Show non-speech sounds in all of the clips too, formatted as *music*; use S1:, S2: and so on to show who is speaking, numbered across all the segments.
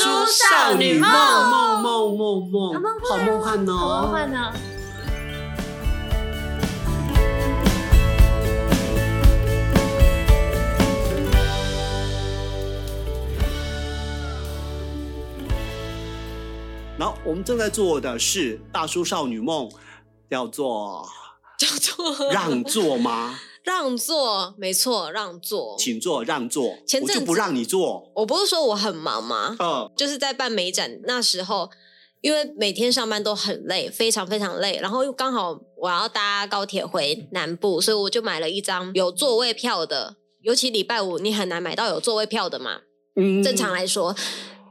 S1: 少女梦
S2: 梦梦梦梦
S1: 梦
S2: 好梦幻
S1: 好梦
S2: 哦！
S1: 幻呢？
S2: 然后我们正在做的是大叔少女梦，叫做
S3: 叫做
S2: 让座吗？
S3: *laughs* 让座，没错，让座。
S2: 请坐，让座，
S3: 前
S2: 我
S3: 阵
S2: 就
S3: 子
S2: 不让你坐。
S3: 我不是说我很忙吗？
S2: 嗯，
S3: 就是在办美展那时候，因为每天上班都很累，非常非常累，然后又刚好我要搭高铁回南部，所以我就买了一张有座位票的。尤其礼拜五，你很难买到有座位票的嘛，
S2: 嗯
S3: 正常。来说。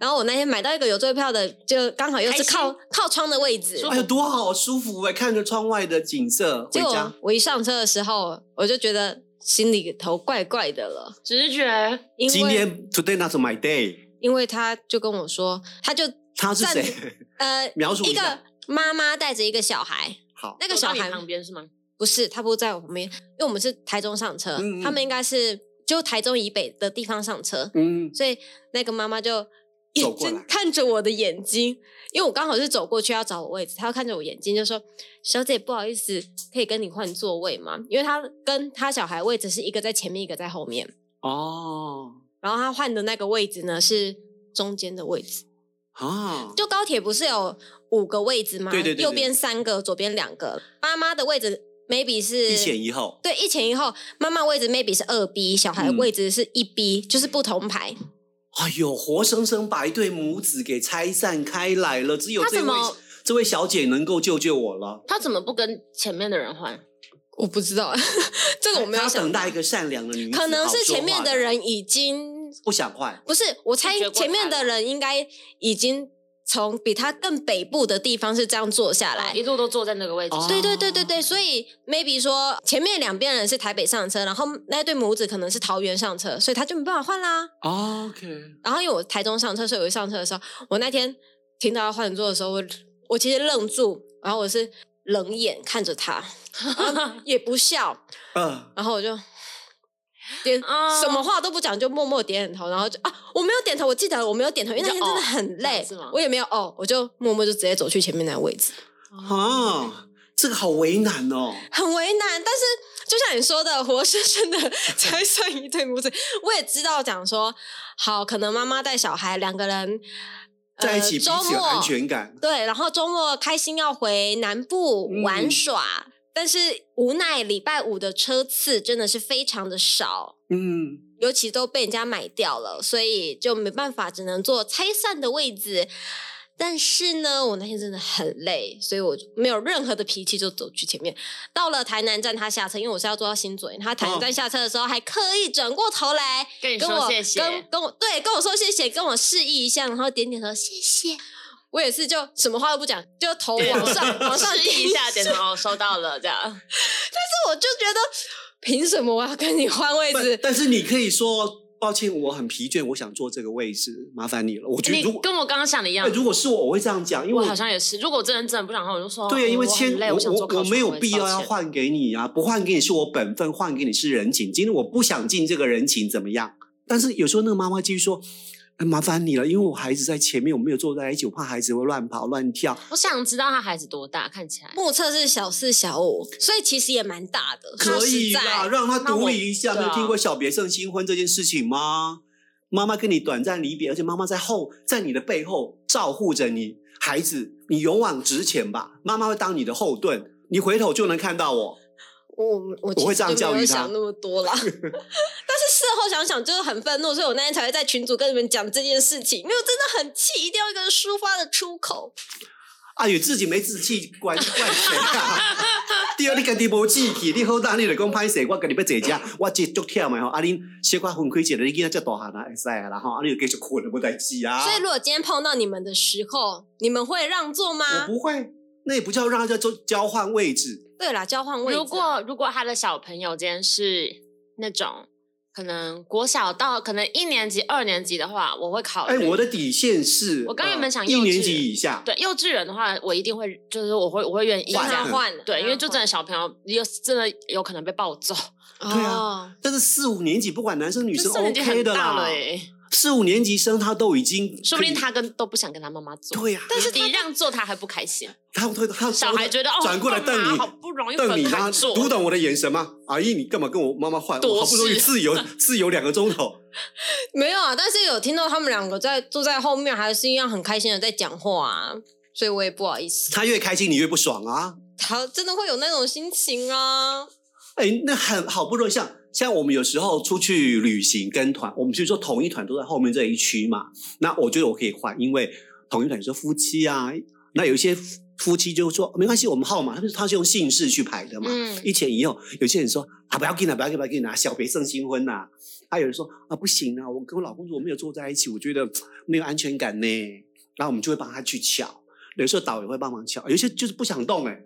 S3: 然后我那天买到一个有座位票的，就刚好又是
S1: 开心
S3: 靠靠窗的位置。
S2: 哎呀，多好舒服哎！看着窗外的景色，回
S3: 结
S2: 家
S3: 果我一上车的时候，我就觉得心里头怪怪的了，
S1: 直觉，
S3: 因为
S2: 今天 today not my day，
S3: 因为他就跟我说，他就
S2: 他是
S3: 暂
S2: 谁？
S3: 呃
S2: 描述
S3: 一
S2: 下
S3: 个妈妈带着一个小孩，
S2: *laughs* 好，
S3: 那个
S1: 坐哦
S3: 小
S1: 到
S3: 孩
S1: 你旁边是吗？
S3: 不是他不在我旁边，因为我们是台中上车，
S2: 嗯嗯
S3: 他们应该是就台中以北的地方上车，
S2: 嗯，
S3: 所以那个妈妈就
S2: 走
S3: 眼
S2: 过来
S3: 睛看着我的眼睛，因为我刚好是走过去要找我位置，她要看着我眼睛就说：“小姐，不好意思，可以跟你换座位吗？”因为她跟她小孩位置是一个在前面，一个在后面，
S2: 哦
S3: 然后她换的那个位置呢是中间的位置。
S2: 啊，
S3: 就高铁不是有五个位置吗？
S2: 对对对对
S3: 右边三个，左边两个。妈妈的位置 maybe 是
S2: 一前一后，
S3: 对，一前一后，妈妈位置 maybe 是二 B，小孩
S2: 嗯
S3: 位置是一 B，、就是不同排。
S2: 哎呦，活生生把一对母子给拆散开来了，只有
S3: 他
S2: 这
S3: 怎
S2: 位
S3: 么
S2: 这位小姐能够救救我了。
S1: 他怎么不跟前面的人换？
S3: 我不知道， *laughs* 这个我没有
S2: 她
S3: 想
S2: 等待一个善良的女子，
S3: 可能是
S2: 好说
S3: 前面
S2: 话
S3: 的人已经
S2: 不想换，
S3: 不是，我猜
S1: 拒绝过
S3: 前面
S1: 他
S3: 的人应该已经从比他更北部的地方是这样坐下来。
S1: 一路都坐在那个位置
S2: 哦
S1: 上，
S3: 对对对对对，所以 maybe 说前面两边人是台北上车，然后那对母子可能是桃园上车，所以他就没办法换啦。
S2: OK，
S3: 然后因为我台中上车，所以我一上车的时候，我那天听到他换座的时候，我我其实愣住，然后我是冷眼看着他，
S1: *laughs*
S3: 然后也不笑，
S2: 嗯，
S3: 然后我就点、
S1: 啊
S3: 什么话都不讲，就默默点点头，然后就啊，我没有点头，我记得我没有点头，因为
S1: 你
S3: 那天
S1: 就
S3: 真的
S1: 哦
S3: 很
S1: 这样
S3: 累
S1: 是吗，
S3: 我也没有哦，我就默默就直接走去前面那个位置，
S1: 哦
S2: 啊，这个好为难哦。
S3: 很为难，但是。就像你说的，活生生的 *laughs* 才算一对母子。我也知道，讲说好，可能妈妈带小孩两个人呃
S2: 在一起彼
S3: 周
S2: 此有
S3: 末
S2: 安全感，
S3: 对，然后周末开心要回南部
S2: 嗯
S3: 玩耍，但是无奈礼拜五的车次真的是非常的少，
S2: 嗯，
S3: 尤其都被人家买掉了，所以就没办法，只能坐拆散的位置。但是呢，我那天真的很累，所以我就没有任何的脾气，就走去前面。到了台南站，他下车，因为我是要坐到新左营，他台
S2: 哦
S3: 南站下车的时候，还刻意转过头来
S1: 嗯跟你
S3: 跟
S1: 说
S3: 我
S1: 谢谢。
S3: 跟跟我对跟我说谢谢，跟我示意一下，然后点点头谢谢。我也是就什么话都不讲，就头往
S1: *laughs*
S3: 上往上
S1: 示
S3: 点
S1: 意一下，点头哦，收到了，这样。
S3: 但是我就觉得，凭什么我要跟你换位
S2: 不
S3: 置？
S2: 但是你可以说抱歉，我很疲倦，我想坐这个位置，麻烦你了。我觉哎得如
S1: 你
S2: 果
S1: 跟我刚刚想的一样
S2: 哎，如果是我，我会这样讲，因为
S1: 我好像也是。如果我真的真的不想换，我就说
S2: 对，因为
S1: 签
S2: 签
S1: 累，
S2: 哦我
S1: 想做
S2: 我我没有必要要
S1: 换。
S2: 换给你啊，不换给你是我本分，换给你是人情。今天我不想进这个人情怎么样？但是有时候那个妈妈继续说。哎麻烦你了，因为我孩子在前面，我没有坐在一起，我怕孩子会乱跑乱跳。
S1: 我想知道他孩子多大，看起来
S3: 目测是小四小五，所以其实也蛮大的。
S2: 可以啦，
S3: 啦，
S2: 让他
S1: 那
S2: 独
S1: 我
S2: 立一下。没
S1: 对啊
S2: 有听过小别胜新婚这件事情吗？妈妈跟你短暂离别，而且妈妈在后，在你的背后照顾着你，孩子，你勇往直前吧。妈妈会当你的后盾，你回头就能看到我。
S3: 我我其
S2: 我会
S3: 实
S2: 这样
S3: 就没
S2: 教育他
S3: 有想那么多
S2: *laughs*
S3: 啦。但是事后想想就是很愤怒，所以我那天才会在群组跟你们讲这件事情，因为我真的很气，一定要一个抒发的出口。
S2: 哎呦，自己没志气，怪怪谁啊？ *laughs* 对啊，你家己无志气，你好大你就讲歹势，我跟你要坐遮，我这足忝的吼，啊恁小可分开一下，你囡仔遮大汉啊，会使啊啦吼，啊你就继续困了，无代志啊。
S3: 所以如果今天碰到你们的时候，你们会让座
S2: 我
S1: 啊
S3: 吗？
S2: 不会，那也不叫让人家交交换位置。
S3: 对啦，交换位置。
S1: 如果如果他的小朋友今天是那种可能国小到可能一年级、二年级的话，我会考
S2: 哎，
S1: 虑。
S2: 我的底线是，
S1: 我刚原本想
S2: 呃
S1: 幼
S2: 一
S1: 稚
S2: 年级以下，
S1: 对幼稚园的话，我一定会就是我会我会愿意
S3: 让
S2: 换
S3: 他
S2: 嗯
S3: 换了，
S1: 对，因为就真
S3: 在
S1: 的小朋友有真的有可能被暴揍，
S3: 对哦
S2: 啊但是四五年级不管男生女
S1: 就
S2: 生
S1: 是已经
S2: OK
S1: 很
S2: 的
S1: 大
S2: 啦
S1: 了。欸
S2: 四五年级生他都已经可以，
S1: 说不定他跟都不想跟他妈妈做，
S2: 对呀、
S1: 但是你让做他还不开
S2: *laughs*
S1: 心，
S2: 他会他
S1: 小孩觉得哦，
S2: 转过来
S1: 干
S2: 瞪
S1: 嘛
S2: 你，
S1: 好不容易
S2: 瞪
S1: 分
S2: 你，
S1: 开
S2: 他
S1: 做，
S2: 读懂我的眼神吗？阿姨，你干嘛跟我妈妈换？
S1: 多
S2: 我好不容易
S1: 事
S2: 自由自由两个钟头，
S3: 没有啊，但是有听到他们两个在坐在后面，还是一样很开心的在讲话啊，所以我也不好意思。
S2: 他越开心你越不爽啊！
S3: 他真的会有那种心情啊，
S2: 哎，那很好不容易，像像我们有时候出去旅行跟团，我们就说同一团都在后面这一区嘛。那我觉得我可以换，因为同一团说夫妻啊，那有一些夫夫妻就说没关系，我们号码，他是他是用姓氏去排的嘛，
S3: 嗯
S2: 一前一后。有些人说啊，不要给啊，不要给，不要给啊，小别胜新婚呐、啊。有人说啊，不行啊，我跟我老公如果没有坐在一起，我觉得嘖没有安全感呢。然后我们就会帮他去瞧，有时候导也会帮忙瞧，有些就是不想动哎、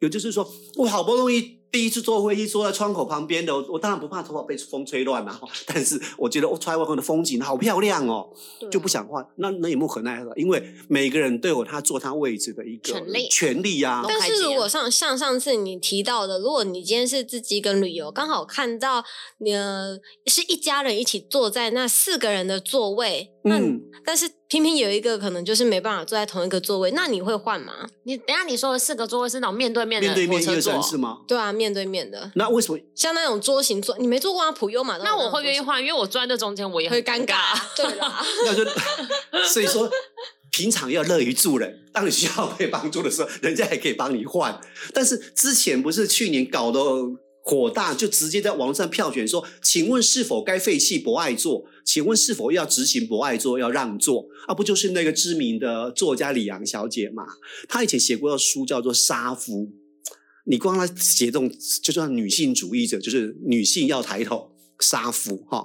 S2: 有就是说我好不容易第一次坐会议坐在窗口旁边的，我我当然不怕头发被风吹乱啊，但是我觉得我窗外的风景好漂亮哦。
S1: 啊
S2: 就不想换，那那也无可奈何，因为每个人都有他坐他位置的一个
S1: 权利
S2: 权利呀、
S1: 都
S3: 但
S1: 开
S3: 是
S1: 机
S3: 如
S1: 了
S3: 果像像上次你提到的，如果你今天是自己一个人旅游，刚好看到呃是一家人一起坐在那四个人的座位，那你、
S2: 嗯，
S3: 但是偏偏有一个可能就是没办法坐在同一个座位，那你会换吗？
S1: 你等一下你说的四个座位是那种面对面的
S2: 面对面一
S1: 火车
S2: 二
S1: 座
S2: 三，四吗？
S3: 对啊，面对面的，
S2: 那为什么？
S3: 像那种桌型坐，你没坐过啊，普悠嘛？
S1: 嗯那我会愿意
S3: 换，
S1: 换，因为我坐在那中间我也很
S3: 会尴尬，对啦，
S2: 那就所以说，平常要乐于助人，当你需要被帮助的时候，人家也可以帮你换。但是之前不是去年搞得火大，就直接在网上票选说，请问是否该废弃博爱座？请问是否要执行博爱座，要让座？啊，不就是那个知名的作家李阳小姐嘛？她以前写过的书叫做《杀夫》，你光她写这种就算女性主义者，就是女性要抬头。杀夫哈、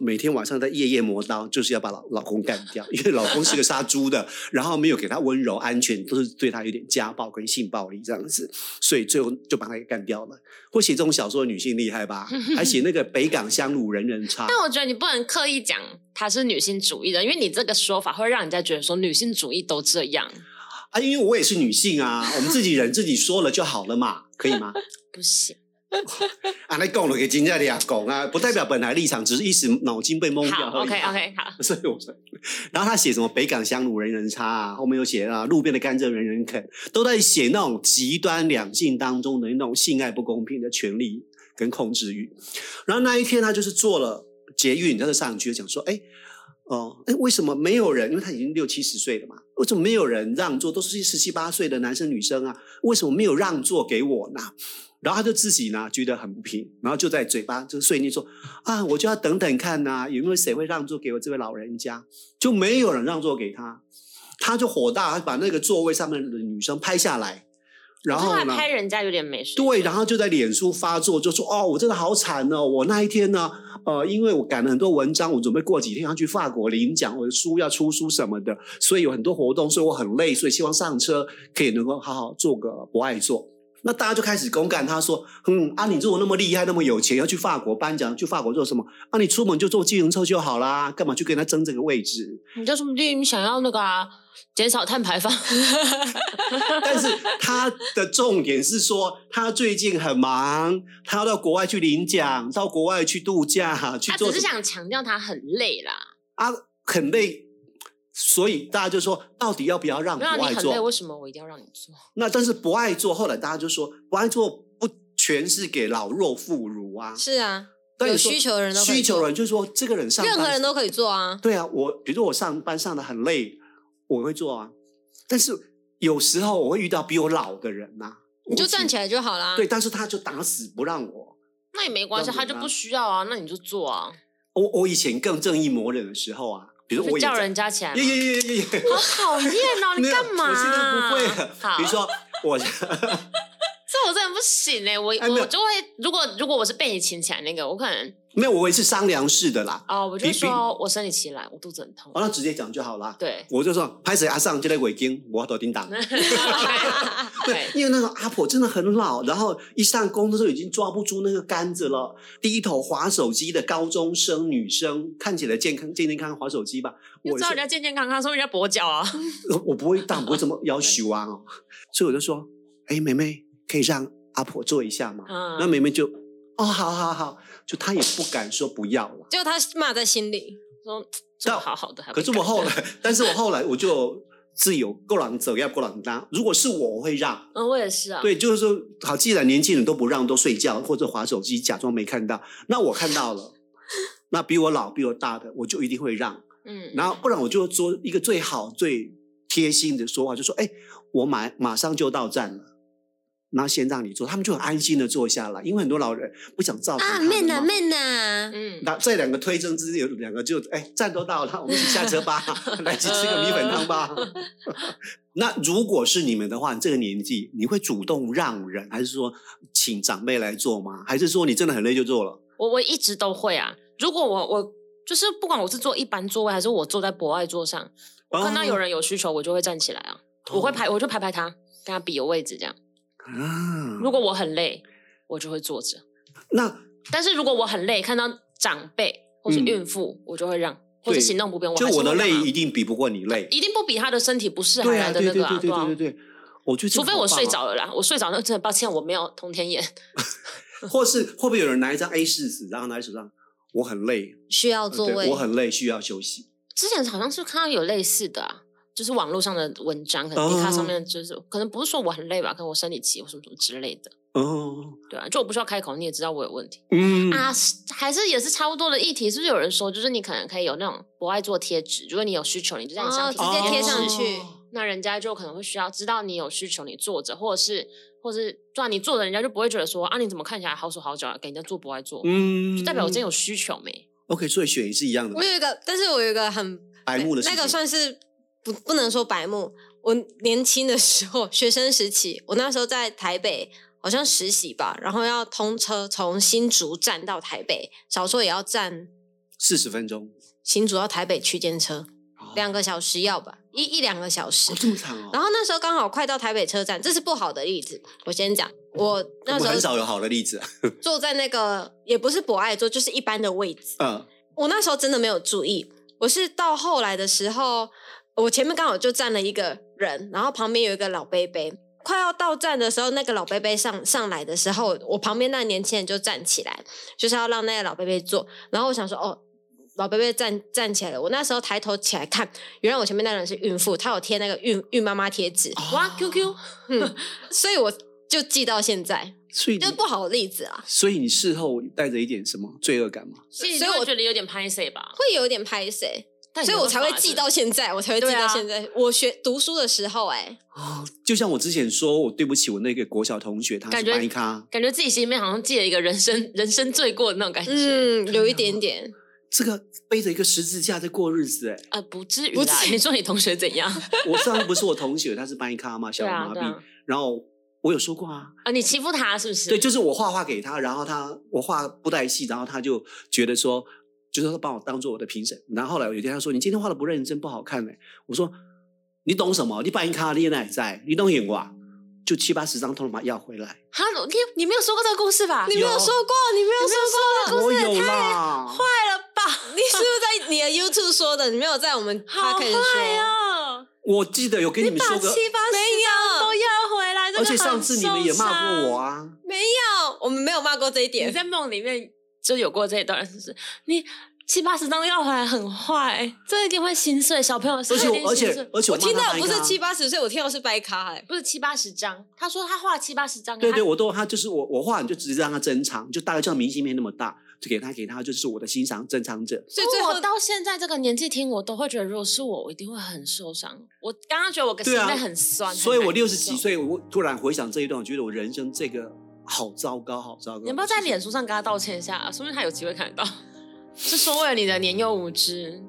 S2: 每天晚上在夜夜磨刀，就是要把老老公干掉， *laughs* 因为老公是个杀猪的， *laughs* 然后没有给她温柔、安全，都是对她有点家暴跟性暴力这样子，所以最后就把她给干掉了。会写这种小说的女性厉害吧？还写那个北港香炉人人差，
S1: *laughs* 但我觉得你不能刻意讲她是女性主义的，因为你这个说法会让人家觉得说女性主义都这样，
S2: 啊，因为我也是女性啊，我们自己人自己说了就好了嘛，可以吗？
S1: 不行。
S2: 啊，那讲了给金家俩讲啊，不代表本来立场，只是一时脑筋被蒙掉
S1: 好
S2: 而已
S1: ，OK
S2: 啊。
S1: OK，好，
S2: 所以我说，然后他写什么北港香炉人人插啊，后面又写啊路边的甘蔗人人啃，都在写那种极端两性当中的那种性爱不公平的权利跟控制欲。然后那一天他就是做了捷运，他就上去讲说，哎。哦，哎，为什么没有人？因为他已经六七十岁了嘛，为什么没有人让座？都是十七八岁的男生女生啊，为什么没有让座给我呢？然后他就自己呢觉得很不平，然后就在嘴巴就碎念说：“啊，我就要等等看呐、有没有谁会让座给我这位老人家？”就没有人让座给他，他就火大，他把那个座位上面的女生拍下来，然
S1: 我
S2: 后
S1: 觉得
S2: 呢，
S1: 拍人家有点没水准。
S2: 对，然后就在脸书发作，就说哦，我真的好惨哦，我那一天呢，呃，因为我赶了很多文章，我准备过几天要去法国领奖，我的书要出书什么的，所以有很多活动，所以我很累，所以希望上车可以能够好好做个不爱做。那大家就开始公干，他说：“嗯，啊，你如果那么厉害，那么有钱，要去法国颁奖，去法国做什么？啊，你出门就坐计程车就好啦，干嘛去跟他争这个位置？”
S1: 你就说不定你想要那个啊，减少碳排放。
S2: 但是他的重点是说，他最近很忙，他要到国外去领奖，到国外去度假，去
S1: 他
S2: 做
S1: 只是
S2: 什么
S1: 想强调他很累啦，
S2: 啊，很累。所以大家就说，到底要不要让
S1: 没
S2: 不
S1: 有啊
S2: 嗯爱
S1: 你很累，
S2: 做？
S1: 为什么我一定要让你做？
S2: 那但是不爱做，后来大家就说，不爱做不全是给老弱妇孺啊。
S3: 是啊，
S2: *laughs* 但
S3: 有
S2: 你说
S3: 需求人都可以
S2: 需求
S3: 做
S2: 人就说，这个人上班
S3: 任何人都可以做啊。
S2: 对啊，我比如说我上班上的很累，我会做啊。但是有时候我会遇到比我老的人呐、啊
S3: 你就
S2: 我去
S3: 站起来就好啦。
S1: 啊
S2: 对，，但是他就打死不让我。
S1: 那也没关系，
S2: 让你
S1: 他就不需要啊，那你就做啊，
S2: 我我以前更正义魔人的时候啊，比如说
S1: 就
S2: 我也
S1: 叫
S2: 在
S1: 人家起来嘛。
S2: 耶耶耶耶耶，
S1: 好讨厌
S2: *laughs*
S1: 哦！你
S2: 没有
S1: 干嘛啊？
S2: 我现在不会了。
S1: 好，
S2: 比如说我，
S1: 这我真的不行哎、我
S2: 哎没有
S1: 我就会，如果如果我是被你请起来那个，我可能
S2: 没有，我也是商量式的啦。
S1: 哦，我就
S2: 比比
S1: 说我生理期来，我肚子很痛
S2: 哦，。那直接讲就好啦。，
S1: 对
S2: *laughs* 我就说拍谁阿上就在围巾，我都叮当。对
S1: 嗯对，，
S2: 因为那个阿婆真的很老，然后一上工的时候已经抓不住那个杆子了，低头划手机的高中生女生，看起来健康健健康康划手机吧。
S1: 就
S2: 我
S1: 知道人家健健康康，说人家跛脚啊。
S2: 我我不会，但不会这么要求啊、哦，所以我就说，哎，妹妹可以让阿婆坐一下吗？
S1: 嗯
S2: 那妹妹就，哦，好好好，就她也不敢说不要了。
S3: 就他骂在心里，
S1: 说做
S2: 但
S1: 好好的还不敢。
S2: 可是我后来，但是我后来我就自由，够狼走要够狼搭。如果是我，我会让。
S1: 嗯，我也是啊。，
S2: 对，就是说，好，既然年轻人都不让，都睡觉或者划手机，假装没看到，那我看到了，那比我老、比我大的，我就一定会让。
S1: 嗯，
S2: 然后不然我就说一个最好、最贴心的说话，就说：“哎，我马马上就到站了。”那先让你坐，他们就很安心的坐下来，因为很多老人不想造成
S3: 啊
S2: 他们
S3: ，man
S2: 嘛
S3: 啊 man 啊，
S1: 嗯，
S2: 那这两个推争之间，有两个就哎站都到了，我们一起下
S1: *laughs*
S2: 车吧，来去吃个米粉汤吧。那如果是你们的话，你这个年纪，你会主动让人，还是说请长辈来做吗？还是说你真的很累就做了？
S1: 我我一直都会啊。如果我我就是不管我是坐一般座位，还是我坐在博爱座上，
S2: 啊
S1: 我看到
S2: 哦
S1: 有人有需求，我就会站起来啊。我会排，我就排排他，跟他比有位置这样。
S2: 哦啊，
S1: 如果我很累，我就会坐着；
S2: 那
S1: 但是如果我很累，看到长辈或是
S2: 嗯
S1: 孕妇，我就会让，或是
S2: 对
S1: 行动不便，我
S2: 就
S1: 还是
S2: 我的
S1: 会让
S2: 累
S1: 啊
S2: 一定比不过你累，
S1: 一定不比他的身体不适还
S2: 对
S1: 来
S2: 啊，
S1: 的
S2: 对
S1: 那
S2: 对对
S1: 个啊，
S2: 对对
S1: 啊
S2: 对对，我觉得这
S1: 除
S2: 个
S1: 非
S2: 好
S1: 我睡
S2: 棒啊
S1: 着了啦，我睡着了，真的抱歉，我没有通天眼。 *laughs*
S2: 或是会不会有人拿一张 A 4纸，然后拿在手上，我很累，
S3: 需要座
S2: 嗯对，
S3: 位，
S2: 我很累，需要休息。
S1: 之前好像是看到有类似的啊，就是网络上的文章，可能
S2: 哦
S1: 地卡上面就是、可能不是说我很累吧，可能我生理期或什么什么之类的，
S2: 哦，
S1: 对啊，就我不需要开口，你也知道我有问题、
S2: 嗯
S1: 啊，是还是也是差不多的议题，是不是有人说就是你可能可以有那种不爱做贴纸，如果你有需求，你就在你上
S3: 哦，
S1: 体
S3: 直接贴上
S1: 哦
S3: 去，
S1: 那人家就可能会需要知道你有需求，你坐着，或者是或者是对啊，你坐着，人家就不会觉得说啊你怎么看起来好手好脚啊，给人家做不爱做，
S2: 嗯
S1: 就代表我真有需求没？
S2: OK，所以选也是一样的
S3: 我，有一个，但是我有一个很
S2: 白目的事
S3: 那
S2: 情
S3: 个算是不不能说白目。我年轻的时候， *laughs* 学生时期，我那时候在台北好像实习吧，然后要通车从新竹站到台北，少说也要站
S2: 四十分钟，
S3: 新竹到台北区间车，两
S2: 个
S3: 个小时要吧，一一两个小时
S2: 哦，。这么长哦。
S3: 然后那时候刚好快到台北车站，这是不好的例子。我先讲，我那
S2: 我们很
S3: 时候
S2: 少有好的例子，啊
S3: 坐在那个也不是博爱座，就是一般的位置。
S2: 嗯，
S3: 我那时候真的没有注意，我是到后来的时候，我前面刚好就站了一个人，然后旁边有一个老伯伯。快要到站的时候，那个老伯伯上上来的时候，我旁边那个年轻人就站起来，就是要让那个老伯伯坐。然后我想说，哦，老伯伯站站起来了。我那时候抬头起来看，原来我前面那个人是孕妇，她有贴那个孕孕妈妈贴纸，
S1: 哇，QQ，
S3: 所以我就记到现在，
S2: 所以你
S3: 就是不好的例子啊，
S2: 所以你事后带着一点什么罪恶感吗？
S1: 所以
S3: 所以
S1: 我
S3: 我
S1: 觉得有点拍谁吧，
S3: 会有点拍谁。
S1: 但
S3: 所以我才会记到现在，我才会记
S1: 对啊
S3: 到现在。我学读书的时候、哎，
S2: 哦，就像我之前说，我对不起我那个国小同学，他
S1: 感
S2: 是
S1: 觉
S2: 白咖，
S1: 感觉自己心里面好像记了一个人生人生罪过的那种感觉。
S3: 嗯，有一点点，
S2: 这个背着一个十字架在过日子，哎，
S1: 啊，不至于
S3: 不
S1: 啦！
S3: 至于
S1: 你说你同学怎样 *laughs*
S2: 我上次不是我同学，他是白咖嘛，小
S1: 对啊
S2: 儿麻
S1: 对啊
S2: 痹，然后我有说过啊，
S1: 啊？你欺负他是不是？
S2: 对，就是我画画给他，然后他我画布袋戏，然后他就觉得说，就是他把我当做我的评审。然后后来有一天他说：“你今天画的不认真，不好看呢、欸我说：“你懂什么？你扮一卡列那也在，你懂眼光。”就七八十张，通通把它要回来。
S1: 哈，你你没有说过这个故事吧？
S3: 你没有说过，你没有 *laughs* 说过，
S2: 我有啦，
S1: 坏了吧？
S3: 你是不是在你的 YouTube 说的？你没有在我们 p o
S1: 好
S3: d c
S1: 坏
S3: 说，
S1: 哦！
S2: 我记得有跟你们说
S1: 把
S2: 过，
S1: 七八
S3: 没
S1: 十张
S3: 有
S1: 都要回来，这
S2: 而
S1: 个
S2: 且上
S1: 很
S2: 次你们也骂过我啊。
S3: 没有，我们没有骂过这一
S1: 受伤。你
S3: 点。
S1: 在梦里面就有过这一段，是不是？你七八十张都要回来，很坏，这一定会心碎。小朋友，
S2: 而且
S1: 这一定
S2: 我而
S1: 心
S2: 且
S1: 碎
S2: 而且
S3: 我听
S2: 骂
S3: 到
S2: 他
S3: 的
S2: 白
S3: 不是
S2: 咖
S3: 七八十岁，我听到是白卡、哎，
S1: 不是七八十张，他说他画七八十张，
S2: 对对，
S1: 嗯他
S2: 我都他就是我我画，你就直接让他珍藏，就大概像明信片那么大，就给他给他，就是我的欣赏珍藏者。
S3: 所以最
S1: 哦
S3: 后
S1: 我到现在这个年纪听，我都会觉得，如果是我，我一定会很受伤。我刚刚觉得我心
S2: 对啊
S1: 在很酸，
S2: 所以
S1: 很难
S2: 我六十几
S1: 受。
S2: 岁，我突然回想这一段，我觉得我人生这个好糟糕，好糟糕。
S1: 你要不要在脸书上跟他道歉一下、啊？说不定他有机会看得到。就说为了你的年幼无知，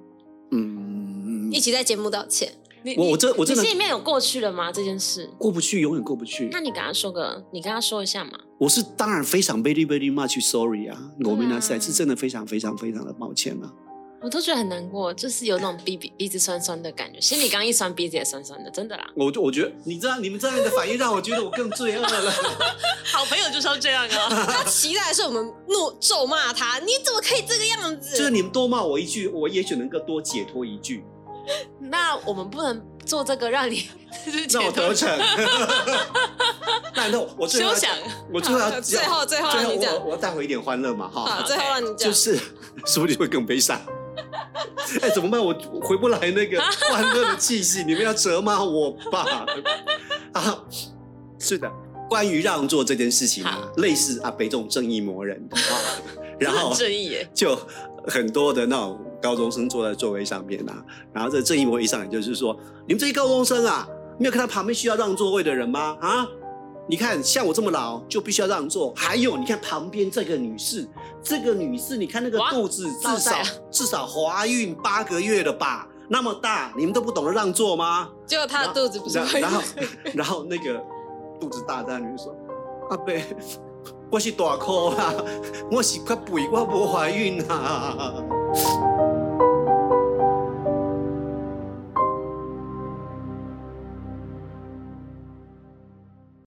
S2: 嗯，
S3: 一起在节目道歉。
S1: 你
S2: 我
S1: 你
S2: 我真我真的
S1: 你心里面有过去了吗？这件事，
S2: 过不去，永远过不去
S1: 那。你跟他说个，你跟他说一下嘛。
S2: 我是当然非常 very very much sorry 啊，我们那
S1: 对啊
S2: 是真的非常非常非常的抱歉啊。
S1: 我都觉得很难过，就是有那种鼻鼻鼻子酸酸的感觉，心里刚一酸，鼻子也酸酸的，真的啦。
S2: 我就我觉得你这样你们这样的反应让我觉得我更罪恶了。 *laughs*
S1: 好朋友就是要这样啊。
S3: 那期待的是我们怒咒骂他，你怎么可以这个样子？
S2: 就是你们多骂我一句，我也许能够多解脱一句，
S1: *laughs* 那我们不能做这个让你 *laughs*
S2: 让我得
S3: *laughs*
S2: 逞。那那我最
S1: 休
S2: 后要
S1: 想。
S2: 我最后要
S3: 最后最后
S2: 最
S3: 让
S2: 后
S3: 你讲
S2: 我我要带回一点欢乐嘛哈。
S3: 好，最后让你讲
S2: 就。是说不定会更悲伤。 *laughs* 哎，怎么办？我回不来那个欢乐的气息，你们要责骂我吧？ *laughs* 啊，是的，关于让座这件事情啊
S1: 好，
S2: 类似阿北这种正义魔人的啊，然
S3: *laughs*
S1: *laughs*
S2: 后
S1: 很正义耶，
S2: *laughs* 就很多的那种高中生坐在座位上面啊，然后这正义魔一上来就是说，你们这些高中生啊，没有看到旁边需要让座位的人吗？啊，你看像我这么老就必须要让座，还有你看旁边这个女士，这个女士你看那个
S1: 哇
S2: 肚子
S1: 老
S2: 至
S1: 在
S2: 少
S1: 啊
S2: 至少怀孕八个月了吧，那么大，你们都不懂得让座吗？
S3: 结果他的肚子不是
S2: 然
S3: 会
S2: 然后 *laughs* 然后那个肚子大大女就说：“阿贝，啊我是大哭啦，我是较肥，我无怀孕啦。”啊